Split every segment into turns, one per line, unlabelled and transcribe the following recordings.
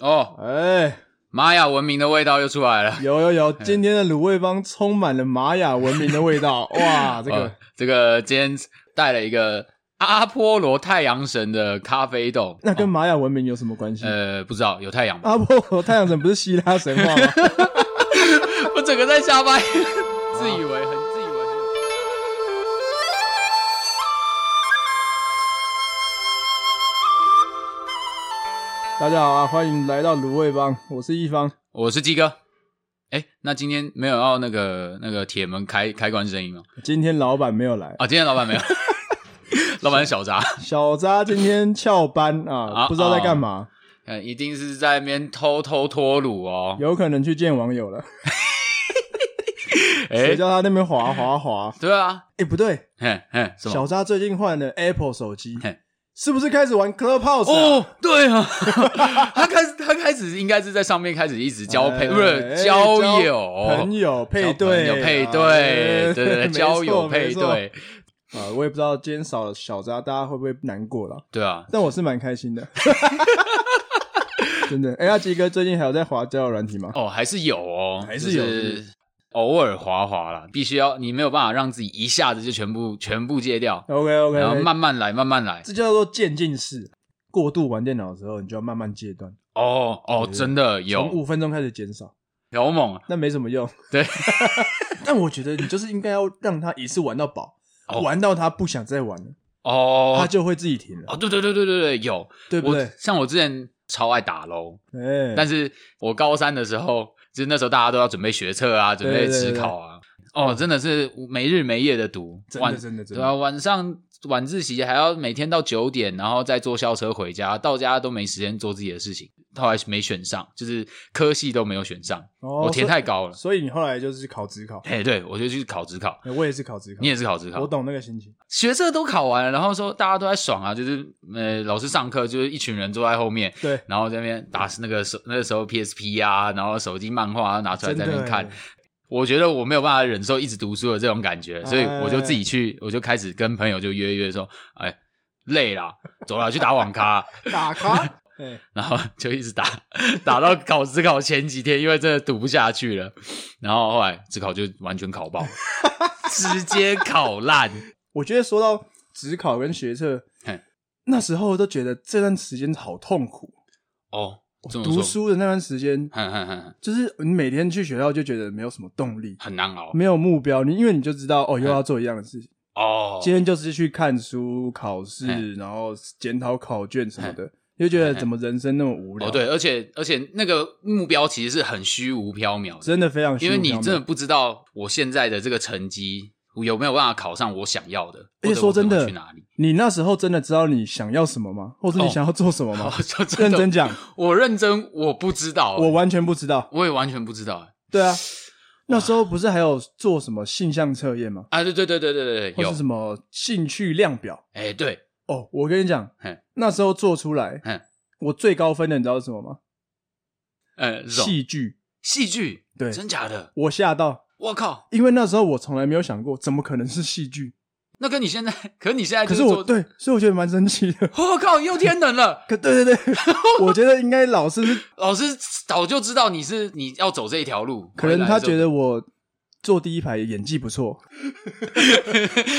哦，
哎，
玛雅文明的味道又出来了。
有有有，
哎
今天的卤味帮充满了玛雅文明的 味道，哇，这个、
哦这个今天带了一个阿波罗太阳神的咖啡豆，
那跟玛雅文明有什么关系？
呃不知道有太阳吗？
阿波罗太阳神不是希腊神话吗？
我整个在瞎 掰，自以为很自以为很有。
大家好啊，欢迎来到卤味帮，我是一方。
我是鸡哥。哎，那今天没有要那个那个铁门开开关声音吗？
今天老板没有来，
啊，今天老板没有， 老板是小 渣，
小渣今天翘班啊，
啊
不知道在干嘛，
呃，一定是在那边偷偷脱乳哦。
有可能去见网友了。谁
哎，
叫他那边滑滑滑？
对啊，
哎，不对，
嘿嘿，什么？
小渣最近换了 Apple 手机
嘿，
是不是开始玩 Clubhouse？啊
哦，对 啊，他开始他开始应该是在上面开始一直交配，不
哎
是交友
朋友配对、
交朋友配
哎
对，对对
没
对，
错
交友配
没错
对，
啊！我也不知道今天少了小渣，大家会不会难 过了？
对啊，
但我是蛮开心的， 真的。哎、阿吉哥最近还有在滑交友软体吗？
哦，还是有哦，
还是有
就是
不
偶尔滑滑啦，必须要你没有办法让自己一下子就全部全部戒掉，
OK OK，,
然后慢慢来，慢慢来。
哎这叫做渐进式。过度玩电脑的时候，你就要慢慢戒断，
哦哦，真的
从
有
五分钟开始减少，
有猛
那没什么用。
对，
但我觉得你就是应该要让他一次玩到饱，
哦
玩到他不想再玩了，他
哦
就会自己停了，
哦，对对对对对对，有
对不
我
对？
像我之前超爱打喽，
哎，
但是我高三的时候，就是那时候大家都要准备学测啊，准备
对对对
职考啊，哦，真的是没日没夜的读，
真
晚
的真的真
对啊，
的，
晚上晚自习还要每天到九点，然后再坐校车回家，到家都没时间做自己的事情。后来没选上，就是科系都没有选上，
哦
我填太高了。
所以你后来就是考职考，
哎，对我就去考职考，
哎我也是考职考，
你也是考职
我
考，
懂那个心情。
学测都考完了，然后说大家都在爽啊，就是呃老师上课就是一群人坐在后面，
对，
然后在那边打那个手那个时候 PSP 啊，然后手机漫画啊拿出来
真
在那
的
边看
哎，
我觉得我没有办法忍受一直读书的这种感
哎
觉，所以我就自己去，我就开始跟朋友就约一约说，哎，累啦，走啦，去打网咖，
打卡，哎，
然后就一直打，打到考职考前几天，因为真的读不下去了，然后后来职考就完全考 爆，直接考烂，
我觉得说到职考跟学测
嘿，
那时候都觉得这段时间好痛苦。
哦，这么说
读，书的那段时间，
哼哼哼，
就是你每天去学校就觉得没有什么动力，
很难熬
没有目标，你因为你就知道哦，又要做一样的事情。
哦，
今天就是去看书、考试，
嘿
然后检讨考卷什么的，就觉得怎么人生那么无聊？
哦，，对，而且而且那个目标其实是很虚无缥缈的，
真的非常虚
因
无
为你
缥缈
真的不知道我现在的这个成绩有没有办法考上我想要的，
而且
或者
说
我
真的
怎么去哪里？
你那时候真的知道你想要什么吗？或者你
哦
想要做什么吗？
我就真
认
的
真，讲，
我认真，我不知道，
我
我
完全不知道。
我也完全不知道。欸
对啊，那时候不是还有做什么性向测验吗？
啊，对对对对对
或
对，
是
有，
什么兴趣量表？
哎，对，
哦，我跟你讲
嘿，
那时候做出来
嘿，
我最高分的你知道是什么吗？
呃，这种
戏剧。
戏剧，
对
真假的，
我吓到，
我靠，
因为那时候我从来没有想过，怎么可能是戏剧？
那跟你现在，可你现在
可
哎就是是
我
做，
对，所以我觉得蛮神奇的。
我靠，又天冷了，
可对对 对，我觉得应该老师是，
老师早就知道你是你要走这一条路，
可能他觉
得。
得我坐第一排演技 不错，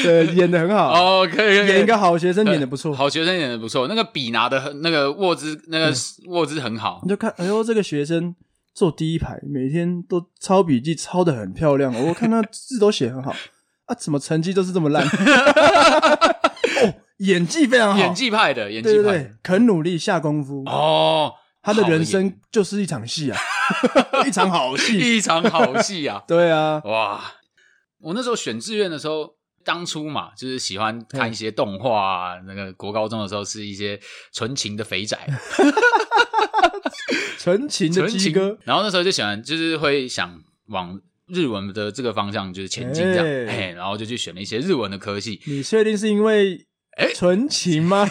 对，演的很好，
哦，可以，可以
演一个好学生演的不错。
好学生演的不错，那个笔拿的很，那个握姿，那
嗯
个握姿很好
你。就看，哎呦，这个学生坐第一排，每天都抄笔记，抄的很漂亮哦。我看他字都写很好啊，怎么成绩都是这 么烂？哦，演技非常好，
演技派的，演技
对对
派
对，肯努力下功夫，
哦，
他的人
好
生
演
就是一 场戏啊，一场好戏。！
一场好戏啊
对啊，
哇，我那时候选志愿的时候，当初嘛，就是喜欢
嗯
看一些动画啊。那个国高中的时候是一些纯情的肥宅，
纯情的
纯
鸡
情
哥，。
然后那时候就喜欢，就是会想往日文的这个方向就是前进这样，
哎
嘿，然后就去选了一些日文的科系。
你确定是因为
哎
纯情吗？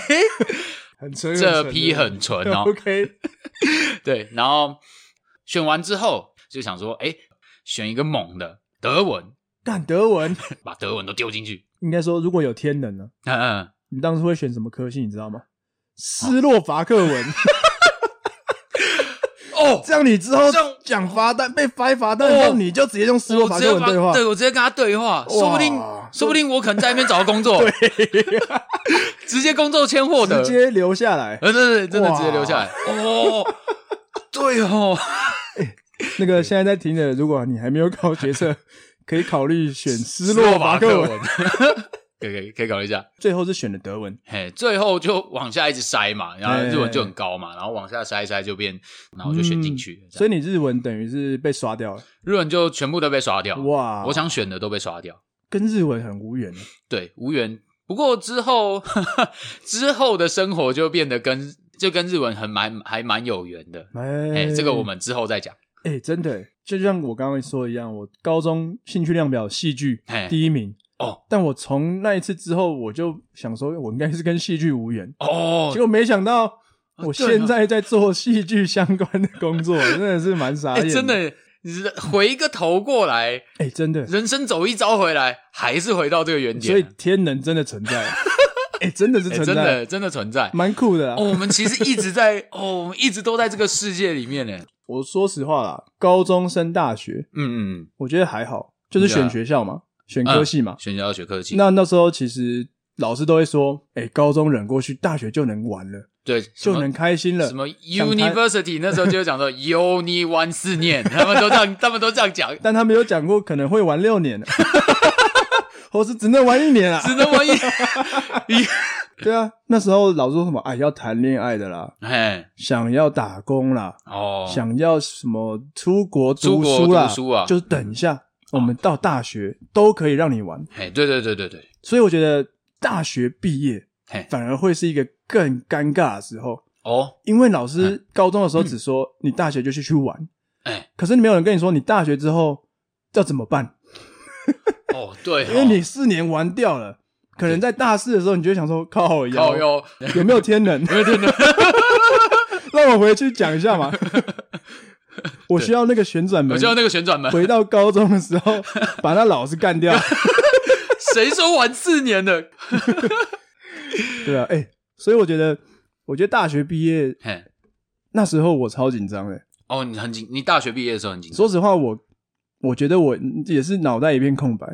很纯，
这批很纯哦
OK，
对，然后选完之后就想说，哎，选一个猛的德文，
干德文，
把德文都丢进去。
应该说如果有天能呢，
嗯嗯，
你当初会选什么科系？你知道吗？斯洛伐克文，
哦，
这样你之后
这样
讲罚单被发一罚单以后，
哦
你就直接用斯洛
我
伐
直
克
接
文对
把
话，
对我直接跟他对话，说不定说不定我可能在那边找到工作，直接工作签获得，
直接留下来。
呃，真的真的
哇
直接留下来哦，对 哦，
那个现在在听的，如果你还没有考 决策，可以考虑选斯洛伐克文。，
可以可以可以考虑一下。
最后是选的德文，
嘿，最后就往下一直筛嘛，然后
嘿
日文就很高嘛，然后往下筛一筛就变，然后就选进去了。这
嗯所
样
以你日文等于是被刷掉了，
日文就全部都被刷掉，
哇
我想选的都被刷掉，
跟日文很无缘。
对，无缘。不过之后 之后的生活就变得跟就跟日文很蛮还蛮有缘的。哎、
哎
这个我们之后再讲。
哎，真的，就像我刚刚说一样，我高中兴趣量表戏剧
嘿
第一名
哎哦。
但我从那一次之后，我就想说，我应该是跟戏剧无缘。
哦
结，果没想到，
啊
我
对啊
现在在做戏剧相关的工作，真的是蛮傻
哎、
眼。
真，的，你是回个头过 来，
哎，真的，
人生走一遭回来，还是回到这个原点。啊
所以天能真的存在， 哎，真的是
哎、
存
真
在，
的真的存在。
蛮酷的啊
哦，。我们其实一直在哦，我们一直都在这个世界里面呢。哎
我说实话啦，高中升大学，
嗯嗯，
我觉得还好，就是
啊
选学校嘛，选科系嘛。
选校学科技，
那那时候其实老师都会说，哎，高中忍过去，大学就能玩了，
对，
就能
什么
开心了
什。么
想谈
university 那时候就有讲说 uni one 四年，他们都这样，他们都这样讲，
但他没有讲过可能会玩 六年，啊或是只能玩一年啊。
只能 玩一，一
对啊，那时候老师说什么？哎，要谈恋爱的啦，
哎
想要打工啦，
哦，
想要什么出国
出
读
国
书啦，
读书啊
就是等一下，我们到大学都可以让你玩。
哎，对对对对对，
所以我觉得大学毕业
嘿
反而会是一个更尴尬的时候，
哦，
因为老师高中的时候 只说你大学就去去玩，
哎
可是没有人跟你说你大学之后要怎么办，
哦，对哦，
因为你四年玩掉了，可能在大四的时候你就会想说靠腰
靠哟，
有没有天能？
没有真的，
让我回去讲一下 嘛。我需要那个旋转
我
门，
知道那个旋转门，
回到高中的时候把那老师 干掉。
谁说玩四年的？
对啊，哎、所以我觉得，我觉得大学毕业
嘿，
那时候我超紧张的。
哦，你很紧，你大学毕业的时候很紧张，
说实话，我我觉得我也是脑袋一片空白，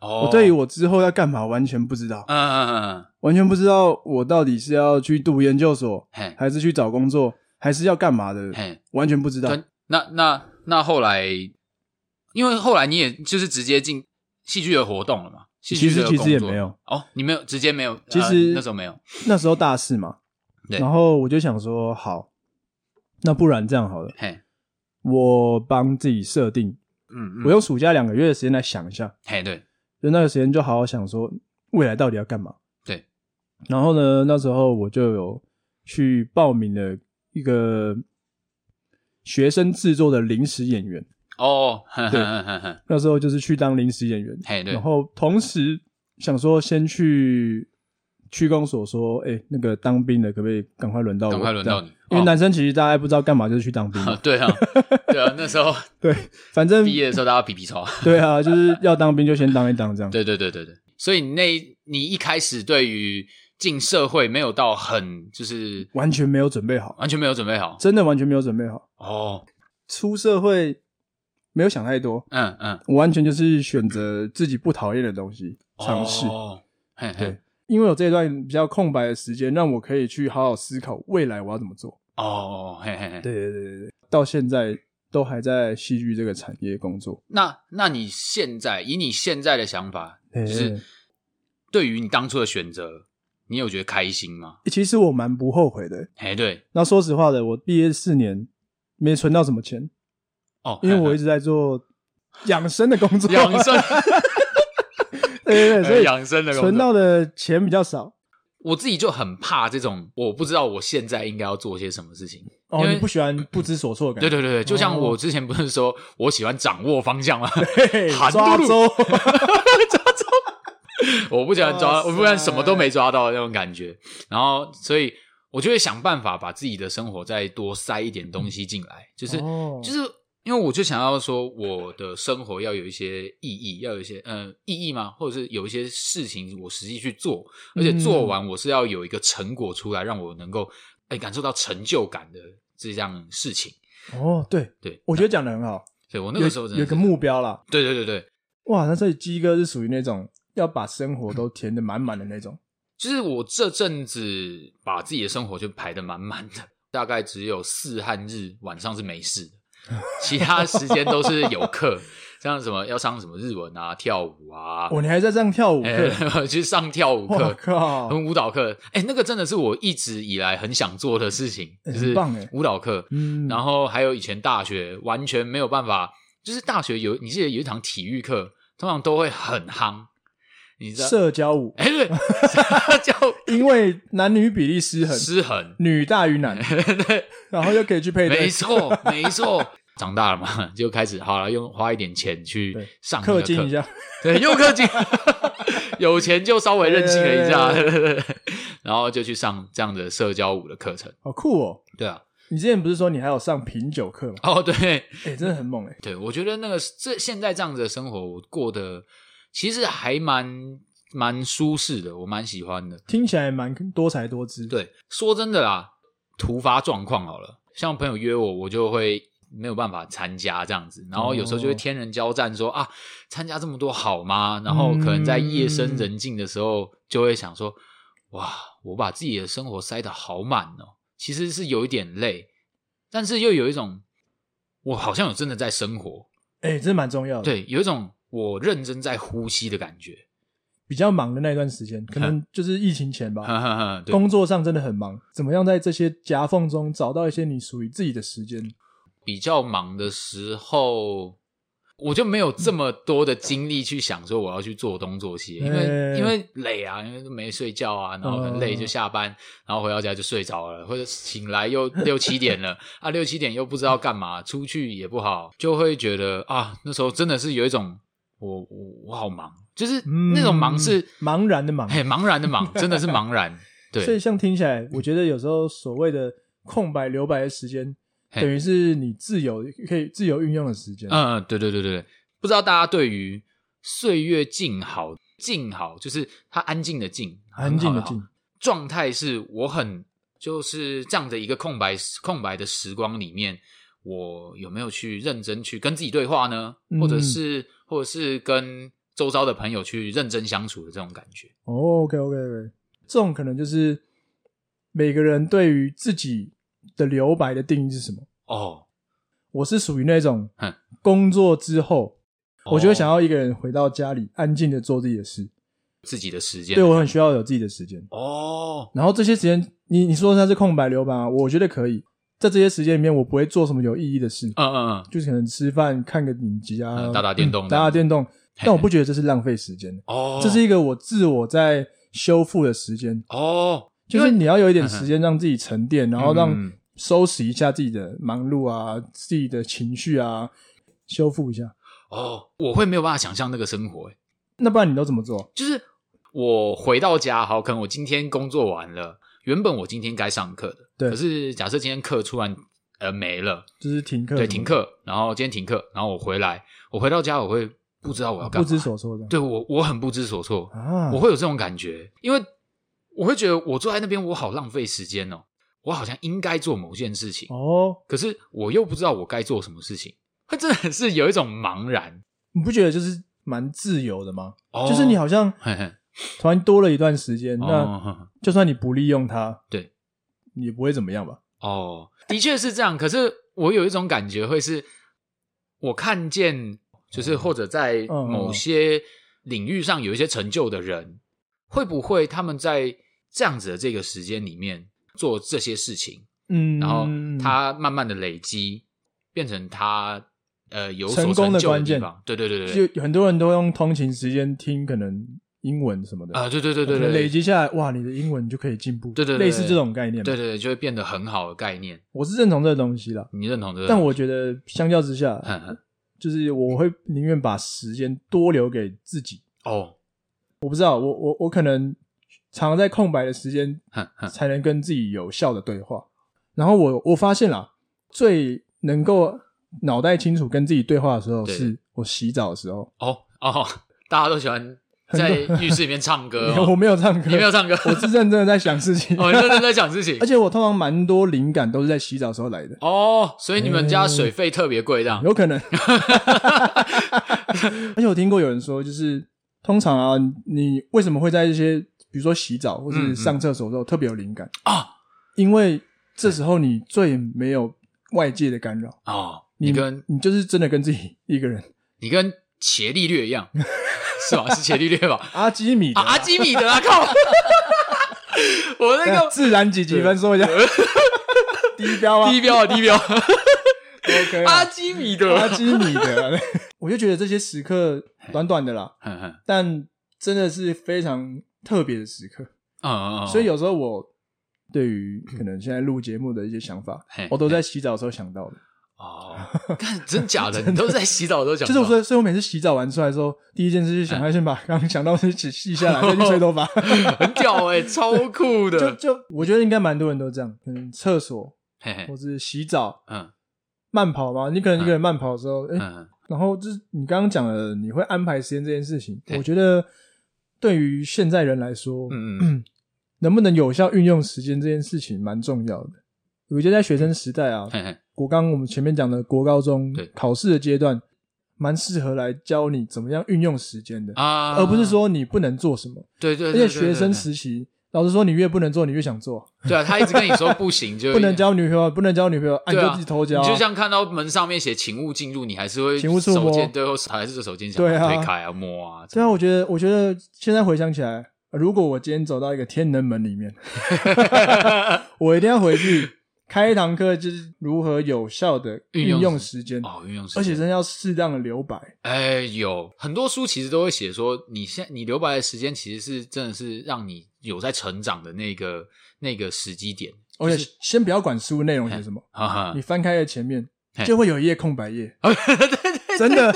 哦，
我对于我之后要干嘛完全不知道，
嗯，嗯嗯嗯，
完全不知道我到底是要去读研究所，
嘿，
还是去找工作，还是要干嘛的，
嘿。
完全不知道。
对，那那那后来，因为后来你也就是直接进戏剧的活动了嘛，戏
其
剧
实
的
其实也
工作
没有，
哦，你没有直接没有，
其
呃
实
那时候没有，
那时候大四嘛，
对
然后我就想说，好，那不然这样好了，
嘿，
我帮自己设定，
嗯，
我
嗯
用暑假两个月的时间来想一下，
嘿，对，
就那个时间就好好想说未来到底要干嘛。
对，
然后呢，那时候我就有去报名了一个学生制作的临时演员，
哦，哼
对
哼哼哼，
那时候就是去当临时演员，
嘿，对
然，后同时想说先去区公所说，哎、那个当兵的可不可以赶快轮到我？
赶快轮到你
这样因为
哦
男生其实大家不知道干嘛，就是去当 兵嘛。
啊对啊，对啊，那时 候
对，反正
毕业的时候大家皮皮超，
对啊，就是要当兵就先当一当这样。
对对对对对，所以你那你一开始对于进社会没有到很就是
完全没有准备好，
完全没有准备好，
真的完全没有准备好。
哦，
出社会没有想太多，
嗯嗯，
我完全就是选择自己不讨厌的东西尝试。
哦，嘿嘿
对，，因为有这段比较空白的时间，让我可以去好好思考未来我要怎么做。
哦，嘿嘿嘿，
对对对对对，到现在都还在戏剧这个产业工作。
那那你现在以你现在的想法，
就
就是对于你当初的选择，你有觉得开心吗？
其实我蛮不后悔的。
哎，对，
那说实话的，我毕业四年没存到什么钱，
哦，
因为我一
嘿
直在 做养生的工作。
嘿养生，呃
对 对对，所以
养生的工作
存到的钱比较少。
我自己就很怕这种，我不知道我现在应该要做些什么事情。
哦，
因为
你不喜欢不知所措的感
对
觉？
对对对，就像
哦
我之前不是说我喜欢掌握方向吗？
对
韩
抓
露露
周。
我不喜欢抓，
哇塞
我不喜欢什么都没抓到的那种感觉。然后，所以我就会想办法把自己的生活再多塞一点东西进来，就是、
哦
就是因为我就想要说，我的生活要有一些意义，要有一些呃意义吗？或者是有一些事情我实际去做，而且
嗯
做完我是要有一个成果出来，让我能够哎感受到成就感的这样事情。
哦，对
对
我觉得讲的很好，
所以我那
有
个时候真的
有一个
是
目标啦。
对对对对，
哇，那所以鸡哥是属于那种要把生活都填得满满的那种。
就是我这阵子把自己的生活就排得满满的，大概只有四和日晚上是没事的，其他时间都是有课， 像什么要上什么日文啊、跳舞啊，
哦，你还在上跳舞
哎
课？
去上跳舞
我
课。
靠！
跟舞蹈课，哎、那个真的是我一直以来很想做的事情，
哎
就是
很棒哎
舞蹈课。
嗯，
然后还有以前大学完全没有办法，就是大学有你记得有一堂体育课，通常都会很夯，你知道？
社交舞，
哎，对， 它叫
因为男女比例失衡，
失衡，
女大于男，
对，
然后又可以去配对
哎没，错，没错。长大了嘛，就开始好了，用花一点钱去
对
上那个
氪
课
金一下。
对，又氪金，有钱就稍微任性了一下，
对
对对对， 然后就去上这样的社交舞的课程。
好酷哦！
对啊，
你之前不是说你还有上品酒课吗？
哦对，
哎，真的很猛哎。
对，我觉得那个这现在这样子的生活，我过得其实还蛮蛮舒适的，我蛮喜欢的。
听起来蛮多才多姿。，
对，说真的啦，突发状况好了，像朋友约我，我就会没有办法参加这样子，然后有时候就会
哦
天人交战说，啊，参加这么多好吗？然后可能在夜深
嗯
人静的时候，就会想说，哇，我把自己的生活塞得好满哦，其实是有一点累，但是又有一种我好像有真的在生活。
哎，真的蛮重要的。，
对，有一种我认真在呼吸的感觉。
比较忙的那段时间，可能就是疫情前吧，
嗯啊对，
工作上真的很忙。怎么样在这些夹缝中找到一些你属于自己的时间？
比较忙的时候，我就没有这么多的精力去想说我要去做东做西，因为
哎
因为累啊，因为没睡觉啊，然后很累
嗯
就下班，然后回到家就睡着了，或者醒来 又六七点了啊，六七点又不知道干嘛，出去也不好，就会觉得啊，那时候真的是有一种我我我好忙，就是
嗯
那种忙是
茫然的忙。
嘿茫然的忙，真的是茫 然。对，
所以像听起来，我觉得有时候所谓的空白、留白的时间，
嘿
等于是你自由可以自由运用的时间。
嗯，对对对对，对不知道大家对于岁月静好，静好就是它安静的静，
安静的
很好
静，
状态是我很就是这样的一个空白空白的时光里面，我有没有去认真去跟自己对话呢？或者
嗯
是或者是跟周遭的朋友去认真相处的这种感觉？
哦，OK OK OK，这种可能就是每个人对于自己的留白的定义是什么？
哦，
我是属于那种
哼
工作之后，我就会
嗯哦
想要一个人回到家里，安静的做自己的事。
自己的时间，
对我很需要有自己的时间。
哦，
然后这些时间，你你说它是空白留白吗？我觉得可以，在这些时间里面，我不会做什么有意义的事。
嗯嗯嗯，
就是可能吃饭、看个影集啊，
嗯打打电动
嗯打打电动。但我不觉得这是浪费时间，
哦，
这是一个我自我在修复的时间。
哦，
就是你要有一点时间让自己沉淀，然后让
嗯
收拾一下自己的忙碌啊、自己的情绪啊，修复一下。
哦，我会没有办法想象那个生活、欸
那不然你都怎么做？
就是我回到家，好，可能我今天工作完了，原本我今天该上课的，
对
可是假设今天课突然呃没了，
就是停课，
对，停，课，然后今天停课，然后我回来，我回到家我会不知道哦我要干
啊不
嘛，
知所措这样。
对我我很不知所措，
啊，
我会有这种感觉，因为我会觉得我坐在那边我好浪费时间哦，我好像应该做某件事情，
哦，
可是我又不知道我该做什么事情， 会真的是有一种茫然，
你不觉得就是蛮自由的吗？
哦、
就是你好像
嘿嘿，
突然多了一段时间，那
哦哼哼
就算你不利用它，
对，
也不会怎么样吧？
哦，的确是这样。可是我有一种感觉，会是我看见，就是或者在
嗯
某些领域上有一些成就的人，会不会他们在这样子的这个时间里面做这些事情，
嗯，
然后他慢慢的累积，变成他呃有所
成功
成
的
就
关
地
键
方？对对对对对，
嗯就很多人都用通勤时间听可能英文什么的
啊、对对对对
可能
对，
累积下来，哇，你的英文就可以进步，
对对对
类似这种概念嘛。
对对对，就会变得很好的概念。
我是认同这个东西啦，
你认同这个？
但我觉得相较之下，
哼哼
就是我会宁愿把时间多留给自己。
哦，
我不知道，我我我可能常在空白的时间
哼哼，
才能跟自己有效的对话。然后我我发现啦，最能够脑袋清楚跟自己对话的时候，
对
是我洗澡的时候。
哦哦，大家都喜欢在浴室里面唱歌哦、
我 没有唱歌，
你没有唱歌，，
我是认真的在想事情
哦，你认真在讲事情
而。且我通常蛮多灵感都是在洗澡时候来的，
哦，所以你们家水费特别贵，这样
有 可能。 而且我听过有人说，就是通常啊，你为什么会在一些比如说洗澡或
嗯嗯
是上厕所的时候特别有灵感？
啊？
因为这时候你最没有外界的干扰，
哦，你跟
你就是真的跟自己一个人。
你跟伽利略一 样，是吧？是伽利略吧？
阿基米德
啊，阿基米 德啊，靠！我那
那
个
自然几几分说 一下，低标啊
低标啊，低标，
，OK
阿
啊，
基米德，
阿基米德， 我就觉得这些时刻短短的啦，
嗯嗯
但真的是非常特别的时刻。
嗯，
所以有时候我对于可能现在录节目的一些想法
哦嘿，
我都在洗澡的时候想到的。
哦，看真假 的，你都是在洗澡的时候讲
就
到，哎
是我说，所以我每次洗澡完出来的时候，第一件事就想要先把刚刚想到的事情洗下来，再去吹头 发。
很屌哎，超酷
就
的，
就我觉得应该蛮多人都这样，可能厕所
嘿嘿
或，是洗澡、
嗯
慢跑嘛，你可能一个人慢跑的时候，哎、
嗯
然后就是你刚刚讲的，你会安排时间这件事情，
对
我觉得对于现在人来说，
嗯嗯，
能不能有效运用时间这件事情蛮重要的。我觉得在学生时代啊，
嘿嘿，
国刚我们前面讲的国高中
嗯哎对
考试的阶段，蛮适合来教你怎么样运用时间的，
啊，
而不是说你不能做什么。
对对，
而
对
且学生，
对
时期，老实说，你越不能做，你越想做，
对对啊，他一直跟你说不行， 就
不能交女朋友，不能交女朋友，啊，你
对
就
啊，
自己偷交啊。
你就像看到门上面写“请勿进入”，你还是会
请勿触
手
摸
贱对，或还是手贱想
对啊
推开啊、摸啊。
对啊，我觉得，我觉得现在回想起来，如果我今天走到一个天能门里面， 我一定要回去开一堂课，就是如何有效的
运用
运用时间，
哦，运用时间
而且真的要适当的留白。
哎，有很多书其实都会写说，你现你留白的时间其实是真的是让你有在成长的那个那个时机点，
而且先不要管书内容写什么，
哈哈
你。翻开的前面
啊嘿
就会有一页空白 页。真的，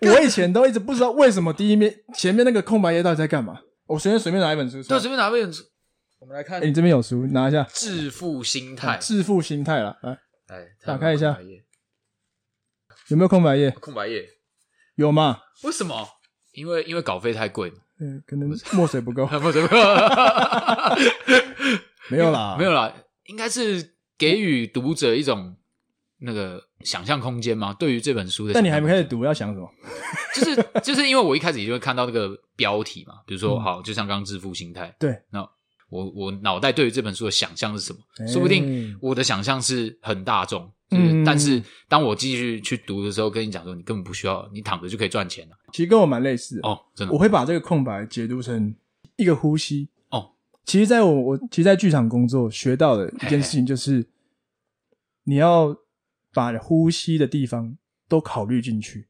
我以前都一直不知道为什么第一面前面那个空白页到底在干嘛。我随便随便拿一本书出
对，
来，
随便拿一本书，我们来看
哎你这边有书，拿一下。
《致富心态》。
致富心态啦，来
哎，
打开一下
空白页，
有没有空白页？
空白页，
有吗？
为什么？因为因为稿费太贵嘛。
嗯，可能墨水不 够，
不是不是
没有啦，
没有啦，应该是给予读者一种那个想象空间吗？对于这本书的，
但你还没开始，读，要想什么？
就是就是因为我一开始就会看到那个标题嘛，比如说、
嗯
好，就像刚刚致富心态，
对，
那我我脑袋对于这本书的想象是什么？
哎
说不定我的想象是很大众。就是
嗯
但是当我继续去读的时候，跟你讲说，你根本不需要，你躺着就可以赚钱了。啊
其实跟我蛮类似的。
哦，真的
我，会把这个空白解读成一个呼吸。
哦，
其实，在我我其实，在剧场工作学到的一件事情就是，你要把呼吸的地方都考虑进去，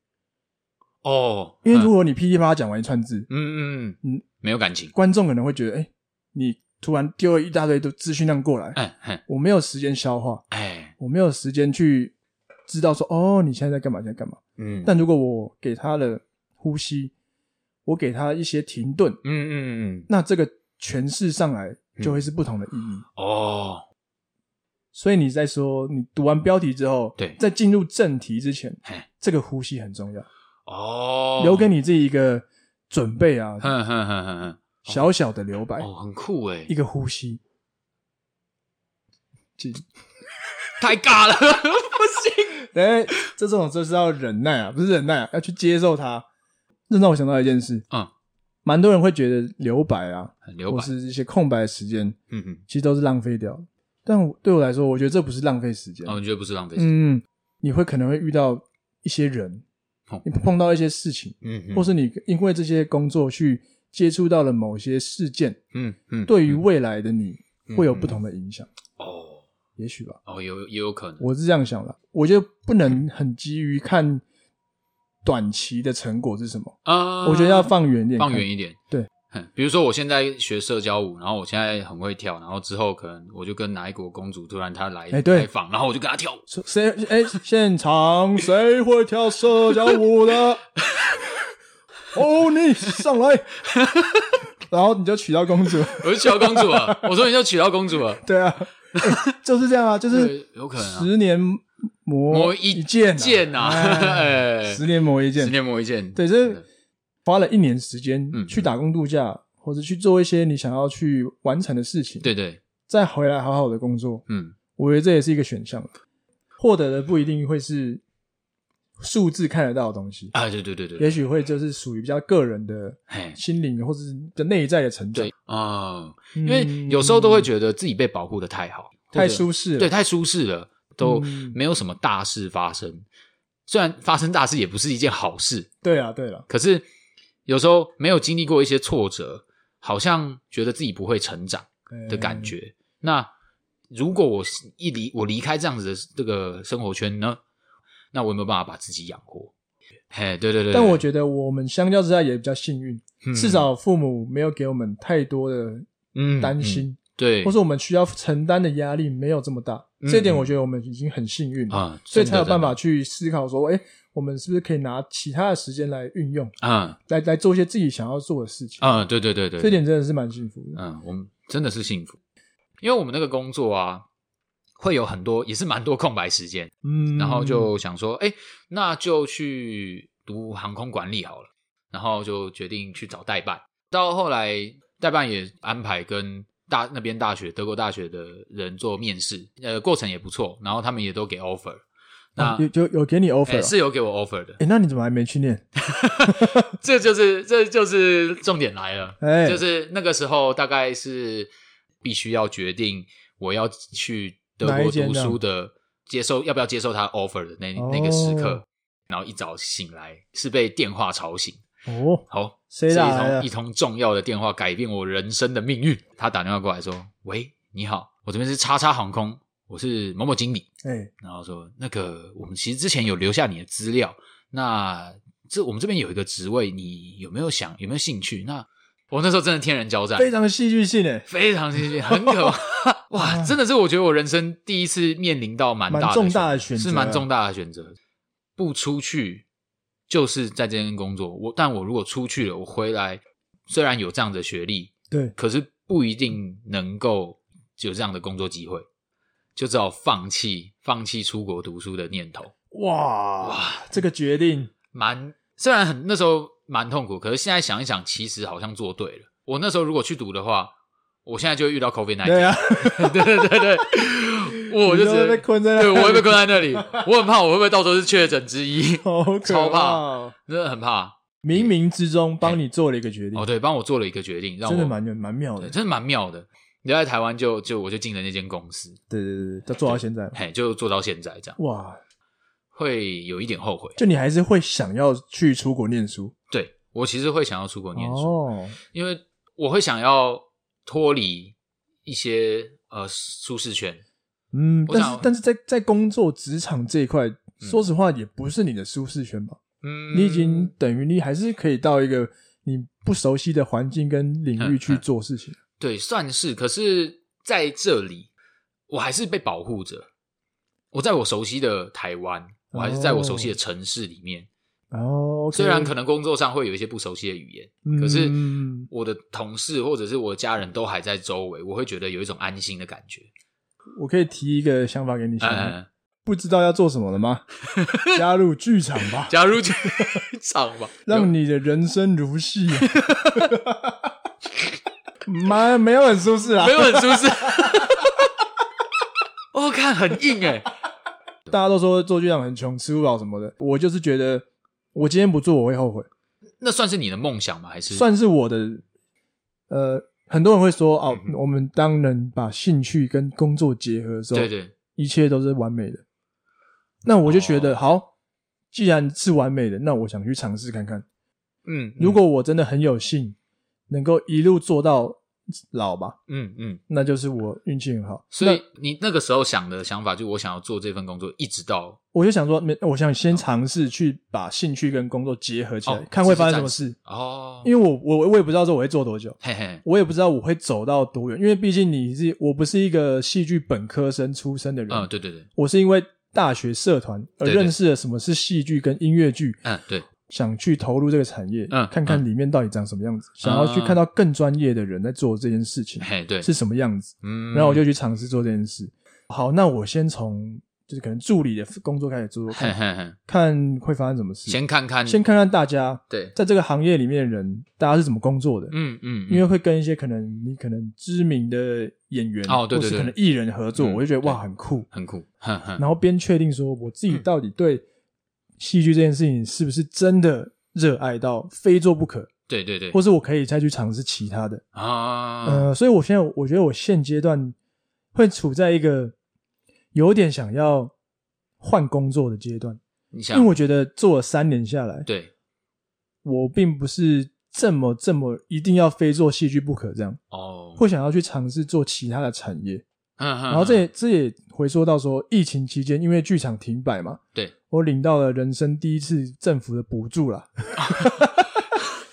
哦，
因为
嗯
如果你噼里啪啦讲完一串字，
嗯嗯嗯
嗯，
没有感情，
观众可能会觉得，哎，你突然丢了一大堆的资讯量过来，
嗯哼，
我没有时间消化，
哎，
我没有时间去知道说，哦，你现在在干嘛，现在干嘛。
嗯，
但如果我给他的呼吸，我给他一些停顿，
嗯嗯嗯，
那这个诠释上来就会是不同的意义。
哦，
所以你在说你读完标题之后，
对
在进入正题之前
嘿，
这个呼吸很重要，
哦，
留给你自己一个准备啊，
哼，哼哼哼
小小的留白，
哼，哦，很酷哎
一，个呼吸。记
太尬了， 不行，
哎，这种就是要忍耐啊，不是忍耐啊，要去接受它。这让我想到一件事，
嗯，
蛮多人会觉得 留白啊，
很留
或
白，
是一些空白的时间，
嗯嗯，
其实都是浪费掉的。但我对我来说，我觉得这不是浪费时间。
哦，你觉得不是浪费时间？
嗯，你会可能会遇到一些人
哦，
你碰到一些事情，
嗯嗯
或是你因为这些工作去接触到了某些事件，
嗯嗯，
对于未来的你
嗯
会有不同的影响，
哦
也许吧。
哦，有也有可能，
我是这样想的，我觉得不
嗯
能很急于看短期的成果是什么，
啊，
我觉得要放远一点，
放远一点，
对
哼。比如说，我现在学社交舞，然后我现在很会跳，然后之后可能我就跟哪一国公主突然她来
哎对
来访，然后我就跟她跳舞，
说谁哎，现场谁会跳社交舞的？ 哦，你上来， 然后你就娶到公主。
我就娶到公主了。我说你就娶到公主了，
对 啊，哎就是这样啊，就是
对有可能啊
十年磨
磨
一
一
剑
剑啊
哎
哎
十年磨一
十
剑。
年磨一剑，
对，这花了一年时间
嗯
去打工度假，或者去做一些你想要去完成的事情，
对对，
再回来好好的工作，
嗯，
我觉得这也是一个选项。获得的不一定会是数字看得到的东西，
啊，对对对对，
也许会就是属于比较个人的
嘿，
心灵或者是的内在的成长
对，，嗯，
因
因为有时候都会觉得自己被保护的太好，
嗯太
或者
舒适了，
对，太舒适了，都
嗯
没有什么大事发生。虽然发生大事也不是一件好事，
对啊，对了，
可是有时候没有经历过一些挫折，好像觉得自己不会成长
哎
的
嗯
感觉。那如果我是一离我离开这样子的这个生活圈呢，那我有没有办法把自己养活？嘿，对对对嗯
嗯。但我觉得我们相较之下也比较幸运，
得
至少父母没有给我们太多的
嗯
担、心，
嗯对，
或是我们需要承担的压力没有这么大。
嗯
这一点我觉得我们已经很幸运了，
啊，
所以才
真
有
的
办法去思考说，哎，我们是不是可以拿其他的时间来运用，
真的嗯
来来做一些自己想要做的事情。
嗯，对对对对，
这点真的是蛮幸福的。
嗯，我们真的是幸福，因为我们那个工作啊，会有很多也是蛮多空白时间，
嗯，
然后就想说，哎、那就去读航空管理好了，然后就决定去找代办，到后来代办也安排跟。大那边大学德国大学的人做面试，呃，过程也不错，然后他们也都给 offer，那
啊有有有给你
哎
offer 啊
是有给我 offer 的，
哎，那你怎么还没去念？
这就是这就是重点来了，
哎
就是那个时候大概是必须要决定我要去德
哪一
国
间
读
这样
书的接受要不要接受他的 offer 的那、那个时刻
哦，
然后一早醒来是被电话吵醒，
哦，
好，
谁
是一
打来
通
了
一？通重要的电话改变我人生的命运。他打电话过来说：“喂，你好，我这边是叉叉航空，我是某某经理。”
哎，
然后说那个我们其实之前有留下你的资料，那这我们这边有一个职位，你有没有想有没有兴趣？那我那时候真的天人交战，
非常戏剧性哎，
非常兴趣，很可怕 哇！真的是我觉得我人生第一次面临到蛮大
嗯蛮重大的选择
是蛮重大的选择。不出去就是在这边工作，我但我如果出去了，我回来虽然有这样的学历，
对，
可是不一定能够有这样的工作机会，就只好放弃放弃出国读书的念头。
哇，这个决定，
蛮虽然很那时候蛮痛苦，可是现在想一想，其实好像做对了。我那时候如果去读的话，我现在就会遇到 COVID
对
19。
啊，
对对对对， 我就直
你都会
接
被困在那
对
里
我会被困在那里，我很怕我会不会到时候是确诊之一，
好可
超怕
怕哦。
真的很怕。
冥冥之中帮你做了一个决定
哦，，对，帮我做了一个决定，让我
真的蛮蛮妙的
对。真的蛮妙的。留在台湾就就我就进了那间公司，
对对对，对都做到现在，
嘿，就做到现在这样，
哇！
会有一点后悔。
就你还是会想要去出国念书，
对我其实会想要出国念书，
哦，
因为我会想要脱离一些呃舒适圈。
嗯，
我
但
想
是但是在在工作职场这一块，说实话也不是你的舒适圈吧？
嗯，
你已经等于你还是可以到一个你不熟悉的环境跟领域
嗯
去做事情，
对算是，可是在这里我还是被保护着。我在我熟悉的台湾，我还是在我熟悉的城市里面。
哦，
虽然可能工作上会有一些不熟悉的语言，
嗯
可是我的同事或者是我的家人都还在周围，我会觉得有一种安心的感觉。
我可以提一个想法给你想想，
嗯，
不知道要做什么 了吗？加入剧场吧，
假如剧 场吧，
让你的人生如戏、啊。 蛮没有很舒 适啊
没，有很舒适。 我看很硬哎、
大家都说做剧场很穷，吃不饱什么的。我就是觉得，我今天不做我会后悔，
那算是你的梦想吗？还是
算是我的。呃，很多人会说哦
嗯，
我们当人把兴趣跟工作结合的时候，
对对
一切都是完美的。那我就觉得，
哦
好，既然是完美的，那我想去尝试看看。
嗯，
如果我真的很有幸能够一路做到老吧，
嗯嗯，
那就是我运气很好。
所以你那个时候想的想法，就我想要做这份工作，一直到
我就想说，没，我想先尝试去把兴趣跟工作结合起来，
哦
看会发生什么事。
哦，
因为我我我也不知道说我会做多久，
嘿嘿，
我也不知道我会走到多远，因为毕竟你是我不是一个戏剧本科生出身的人，
嗯，对对对，
我是因为大学社团而
对对
认识了什么是戏剧跟音乐剧，
嗯对，
想去投入这个产业，
嗯
看看里面到底长什么样子，想要去
啊
看到更专业的人在做这件事情
嘿对，
是什么样子，
嗯，
然后我就去尝试做这件事。好，那我先从就是可能助理的工作开始做做
嘿
看，
嘿嘿，
看会发生什么事。
先看看，
先看看大家
对，
在这个行业里面的人，大家是怎么工作的。
嗯嗯，
因为会跟一些可能你可能知名的演员
哦对对
或是
对
可能艺人合作，
嗯
我就觉得哇
对嗯
很酷。
很酷，哼哼，
然后边确定说我自己到底对戏剧这件事情是不是真的热爱到非做不可，
对对对
或，是我可以再去尝试其他的。
啊，
呃，所以我现在我觉得我现阶段会处在一个有点想要换工作的阶段，
你
因
想
为，我觉得做了三年下来，
对，
我并不是这么这么一定要非做戏剧不可这样。
哦，
会想要去尝试做其他的产业。
哼，嗯然
然后这也这也回说到说，疫情期间因为剧场停摆嘛，
对，
我领到了人生第一次政府的补助啦，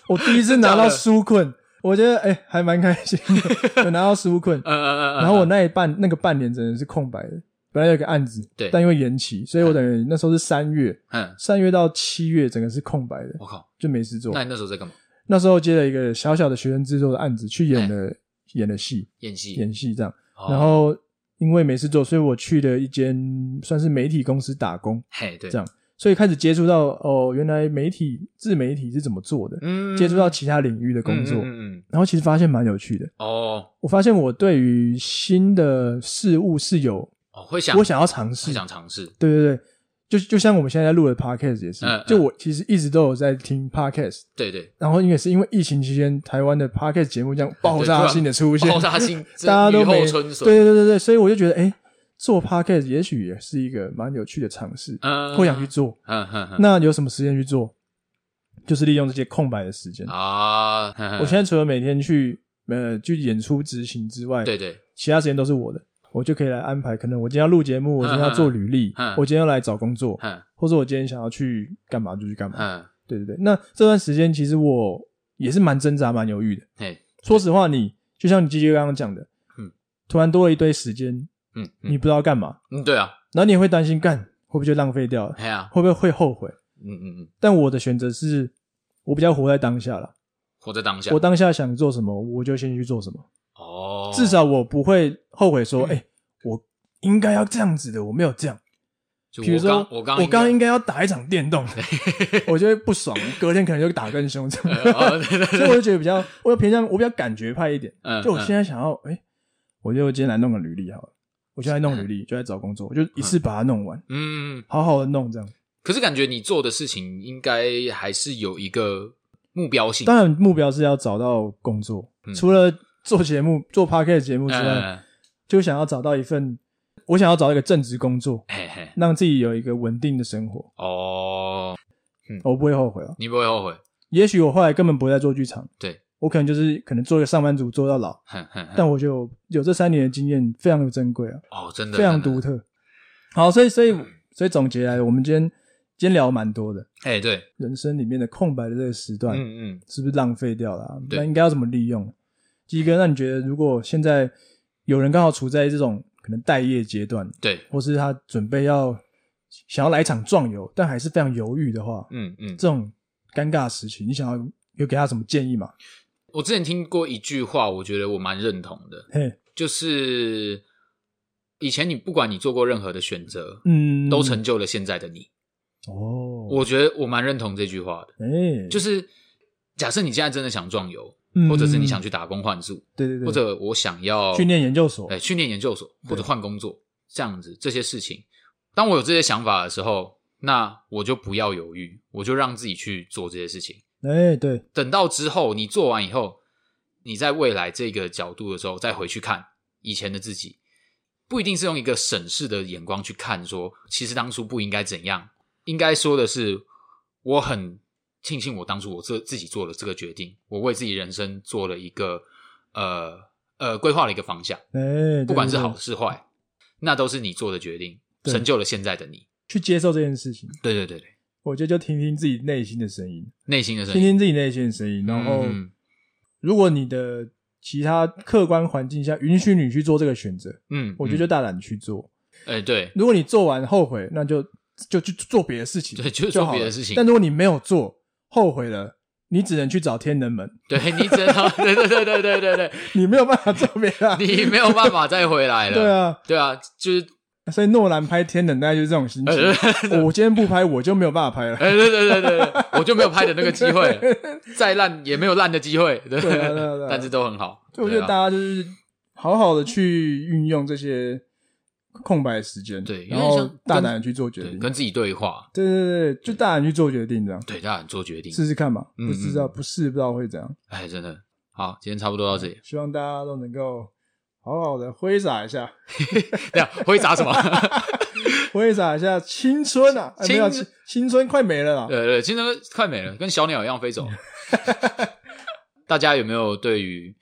我第一次拿到纾困，我觉得哎、还蛮开心 的，有拿到纾困。
呃呃呃，呃
然后我那一半那个半年真的是空白的，本来有个案子，
对
但因为延期，所以我等于那时候是三月，
嗯，
三月到七月整个是空白的，
我靠，
就没事做。
那你那时候在干嘛？
那时候接了一个小小的学生制作的案子，去演了演了戏，
哎演戏，
演戏这样。
哦
然后因为没事做，所以我去了一间算是媒体公司打工，
嘿，对，
这样，所以开始接触到哦，原来媒体自媒体是怎么做的，
嗯，
接触到其他领域的工
嗯
作，
嗯嗯嗯
然后其实发现蛮有趣的。
哦，
我发现我对于新的事物是有
哦，会想，
我想要尝试
会，想尝试，
对对对，就就像我们现在在录的 podcast 也是，
嗯嗯
就我其实一直都有在听 podcast。
对对，
然后，因为是因为疫情期间，台湾的 podcast 节目这样爆
对突
炸
然
性的出现，
爆炸性，
大家都
雨
没
后春笋，
对对对对对，所以我就觉得，哎、做 podcast 也许也是一个蛮有趣的尝试，
嗯，
会想去做。
嗯，嗯嗯
那有什么时间去做？就是利用这些空白的时间。
啊，哼哼
我现在除了每天去呃去演出执行之外，
对对，
其他时间都是我的，我就可以来安排。可能我今天要录节目，我今天要做履历，
嗯嗯嗯
我今天要来找工作，
嗯
或者我今天想要去干嘛就去干嘛。
嗯，
对对对，那这段时间其实我也是蛮挣扎、蛮犹豫的。
嘿，
说实话你，就像你继续刚刚讲的，
嗯，
突然多了一堆时间，
嗯，
你
嗯
不知道干嘛，
嗯，对啊，
然后你也会担心，干会不会就浪费掉了，
嘿啊，
会不会会后悔？
嗯嗯嗯，
但我的选择是，我比较活在当下了，
活在当下
我，当下想做什么，我就先去做什么，
哦，嗯
至少我不会后悔说，哎、我应该要这样子的，我没有这样。
就
比如
我
说
刚，
我
我刚
刚应
该，
该要打一场电 动，我就会不爽，隔天可能就打更凶这样。
哦对对对
所以我就觉得比较，我就偏向我比较感觉派一点。
嗯
就我
嗯
现在想要，哎、我就今天来弄个履历好了，我就来弄
啊
履历，就来找工作，我就一次把它弄完，
嗯，
好好的弄这样。
可是感觉你做的事情应该还是有一个目标性，
当然，目标是要找到工作，
嗯
除了做节目、做 p o d c a s t 节目之外，
嗯，
就想要找到一份，我想要找一个正职工作，
嗯嘿嘿，
让自己有一个稳定的生活，
哦，
我不会后悔啊。
你不会后悔，
也许我后来根本不会再做剧场，
对嗯
我可能就是可能做一个上班族做到老，
哼哼哼，
但我就有这三年的经验非常的珍贵啊，
哦，真的
非常
真的嗯
独特。好，所以所以所以总结来，我们今天今天聊蛮多的，
哎，对，
人生里面的空白的这个时段，
嗯嗯，
是不是浪费掉了啊、
对
那应该要怎么利用？鸡哥，那你觉得如果现在有人刚好处在这种可能待业阶段，
对，
或是他准备要想要来一场壮游，但还是非常犹豫的话，
嗯嗯，
这种尴尬时期，你想要有给他什么建议吗？
我之前听过一句话，我觉得我蛮认同的，
嘿，
就是以前你不管你做过任何的选择，
嗯，
都成就了现在的你。
哦，
我觉得我蛮认同这句话的，
哎、
就是假设你现在真的想壮游，
嗯
或者是你想去打工换宿，
对对对，
或者我想要
去念研究所，
哎，去念研究所或者
对
换工作，这样子这些事情，当我有这些想法的时候，那我就不要犹豫，我就让自己去做这些事情。
哎、对，
等到之后你做完以后，你在未来这个角度的时候再回去看以前的自己，不一定是用一个审视的眼光去看说，其实当初不应该怎样。应该说的是，我很庆幸我当初我这自己做了这个决定，我为自己人生做了一个呃呃规划了一个方向，
哎、对
不管是
对对
好是坏，那都是你做的决定，
对
成就了现在的你。
去接受这件事情，
对对对对，
我觉得就听听自己内心的声音，
内心的声
听
音，
听自己内心的声音，然后。
嗯
如果你的其他客观环境下允许你去做这个选择，
嗯，
我觉得就大胆去做。
哎、对，
如果你做完后悔，那就就去做别的事情，
对就
好
做别的
了
事情
但如果你没有做，后悔了，你只能去找天人门，
对你只能对对对对对对对，
你没有办法做别的啊。
你没有办法再回来了。
对，啊，
对啊，就是
所以诺兰拍《天冷》大概就是这种心情。
呃
哦我今天不拍，我就没有办法拍了。
哎，对对对对对，我就没有拍的那个机 会了，再烂也没有烂的机会，对，
对啊对啊对啊
但是都很好。
所以我觉得
对啊
大家就是好好的去运用这些空白时间，
对
然
有点
后
像跟
大胆的去做决
对
定。
跟自己对话，
对对对，就大胆去做决定，这样
对，大胆做决定。
试试看嘛。
嗯
不知道，不试不知道会怎样。
哎，真的好，今天差不多到这里。
希望大家都能够好好的挥洒一下，
对啊，挥洒什么？
挥洒一下青春啊！哎
青
没有青青春快没了啦。
对对，青春快没了，跟小鸟一样飞走。 大家有没有对于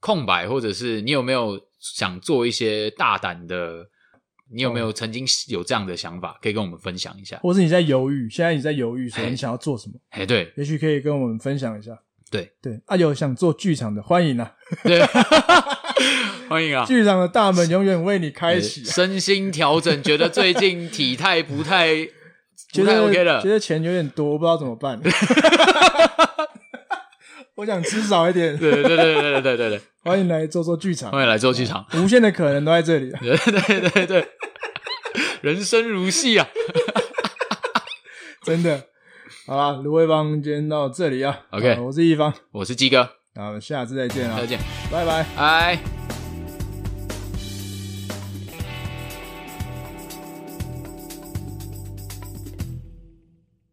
空白，或者是你有没有想做一些大胆的？你有没
哦
有曾经有这样的想法，可以跟我们分享一下？
或是你在犹豫，现在你在犹豫说
嘿
你想要做什么，
哎， 对
也许可以跟我们分享一下。
对
对，啊，有想做剧场的，欢迎啊！
对，欢迎啊！
剧场的大门永远为你开启、啊。
呃身心调整，觉得最近体态不太
觉
不
得
太 OK 了
觉，得钱有点多，不知道怎么办。 我想吃少一点，
对对对对对对对对，
欢迎来做做剧场，
欢迎来做剧场，
无限的可能都在这里啊。
对对对对， 人生如戏啊。
真的。好啦，芦苇帮今天到这里啊。
OK
啊我是一方，
我是鸡哥，
那我们下次再见啊
再，见，
拜拜。
拜。